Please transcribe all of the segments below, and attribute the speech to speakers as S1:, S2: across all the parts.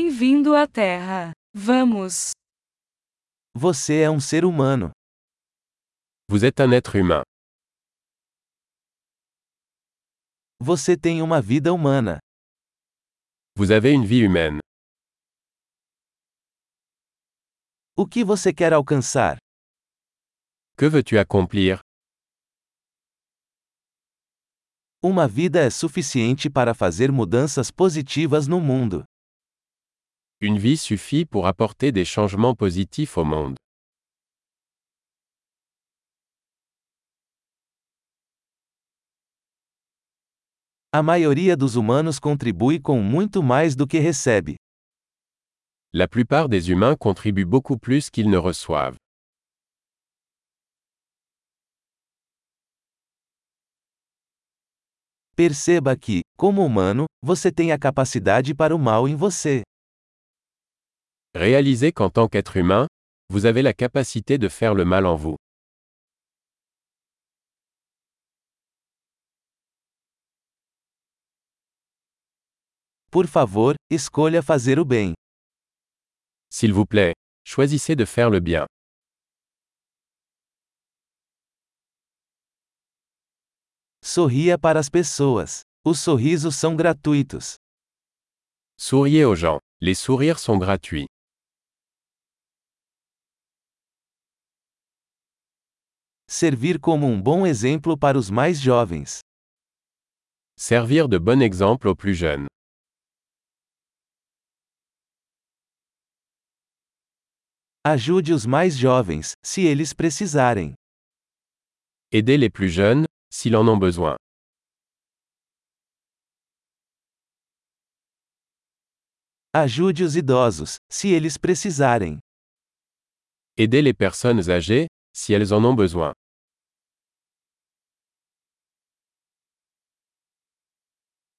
S1: Bem-vindo à Terra. Vamos.
S2: Você é um ser humano.
S3: Vous êtes un être humain.
S2: Você tem uma vida humana.
S3: Vous avez une vie humaine.
S2: O que você quer alcançar?
S3: Que veux-tu accomplir
S2: Uma vida é suficiente para fazer mudanças positivas no mundo.
S3: Une vie suffit pour apporter des changements positifs au monde.
S2: A maioria dos humanos contribui com muito mais do que recebe.
S3: La plupart des humains contribuent beaucoup plus qu'ils ne reçoivent.
S2: Perceba que, como humano, você tem a capacidade para o mal em você.
S3: Réalisez qu'en tant qu'être humain, vous avez la capacité de faire le mal en vous.
S2: Por favor, escolha fazer o bem.
S3: S'il vous plaît, choisissez de faire le bien.
S2: Sorria para as pessoas. Os sorrisos são gratuitos.
S3: Souriez aux gens. Les sourires sont gratuits.
S2: Servir como um bom exemplo para os mais jovens.
S3: Servir de bon exemple aux plus jeunes.
S2: Ajude os mais jovens, se eles precisarem.
S3: Aidez les plus jeunes, s'ils en ont besoin.
S2: Ajude os idosos, se eles precisarem.
S3: Aidez les personnes âgées, si elles en ont besoin.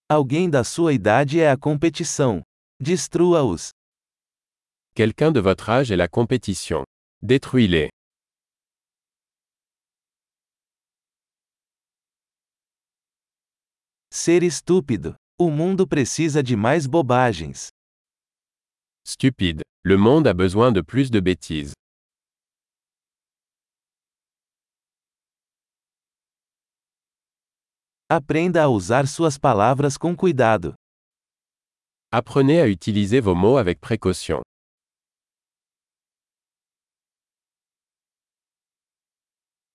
S2: Alguém da sua idade é a competição. Destrua-os.
S3: Quelqu'un de votre âge est la compétition. Détruis-les.
S2: Ser estúpido. O mundo precisa de mais bobagens.
S3: Stupide. Le monde a besoin de plus de bêtises.
S2: Aprenda a usar suas palavras com cuidado.
S3: Apprenez à utiliser vos mots avec précaution.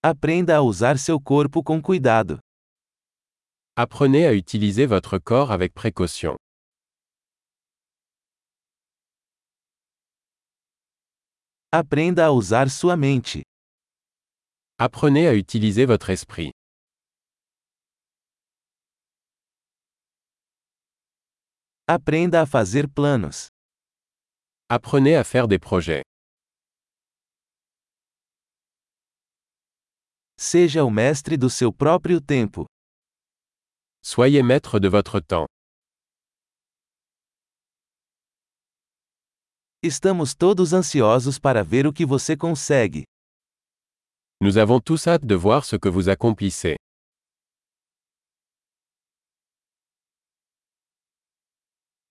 S2: Aprenda a usar seu corpo com cuidado.
S3: Apprenez à utiliser votre corps avec précaution.
S2: Aprenda a usar sua mente.
S3: Apprenez à utiliser votre esprit.
S2: Aprenda a fazer planos.
S3: Apprenez à faire des projets.
S2: Seja o mestre do seu próprio tempo.
S3: Soyez maître de votre temps.
S2: Estamos todos ansiosos para ver o que você consegue.
S3: Nous avons tous hâte de voir ce que vous accomplissez.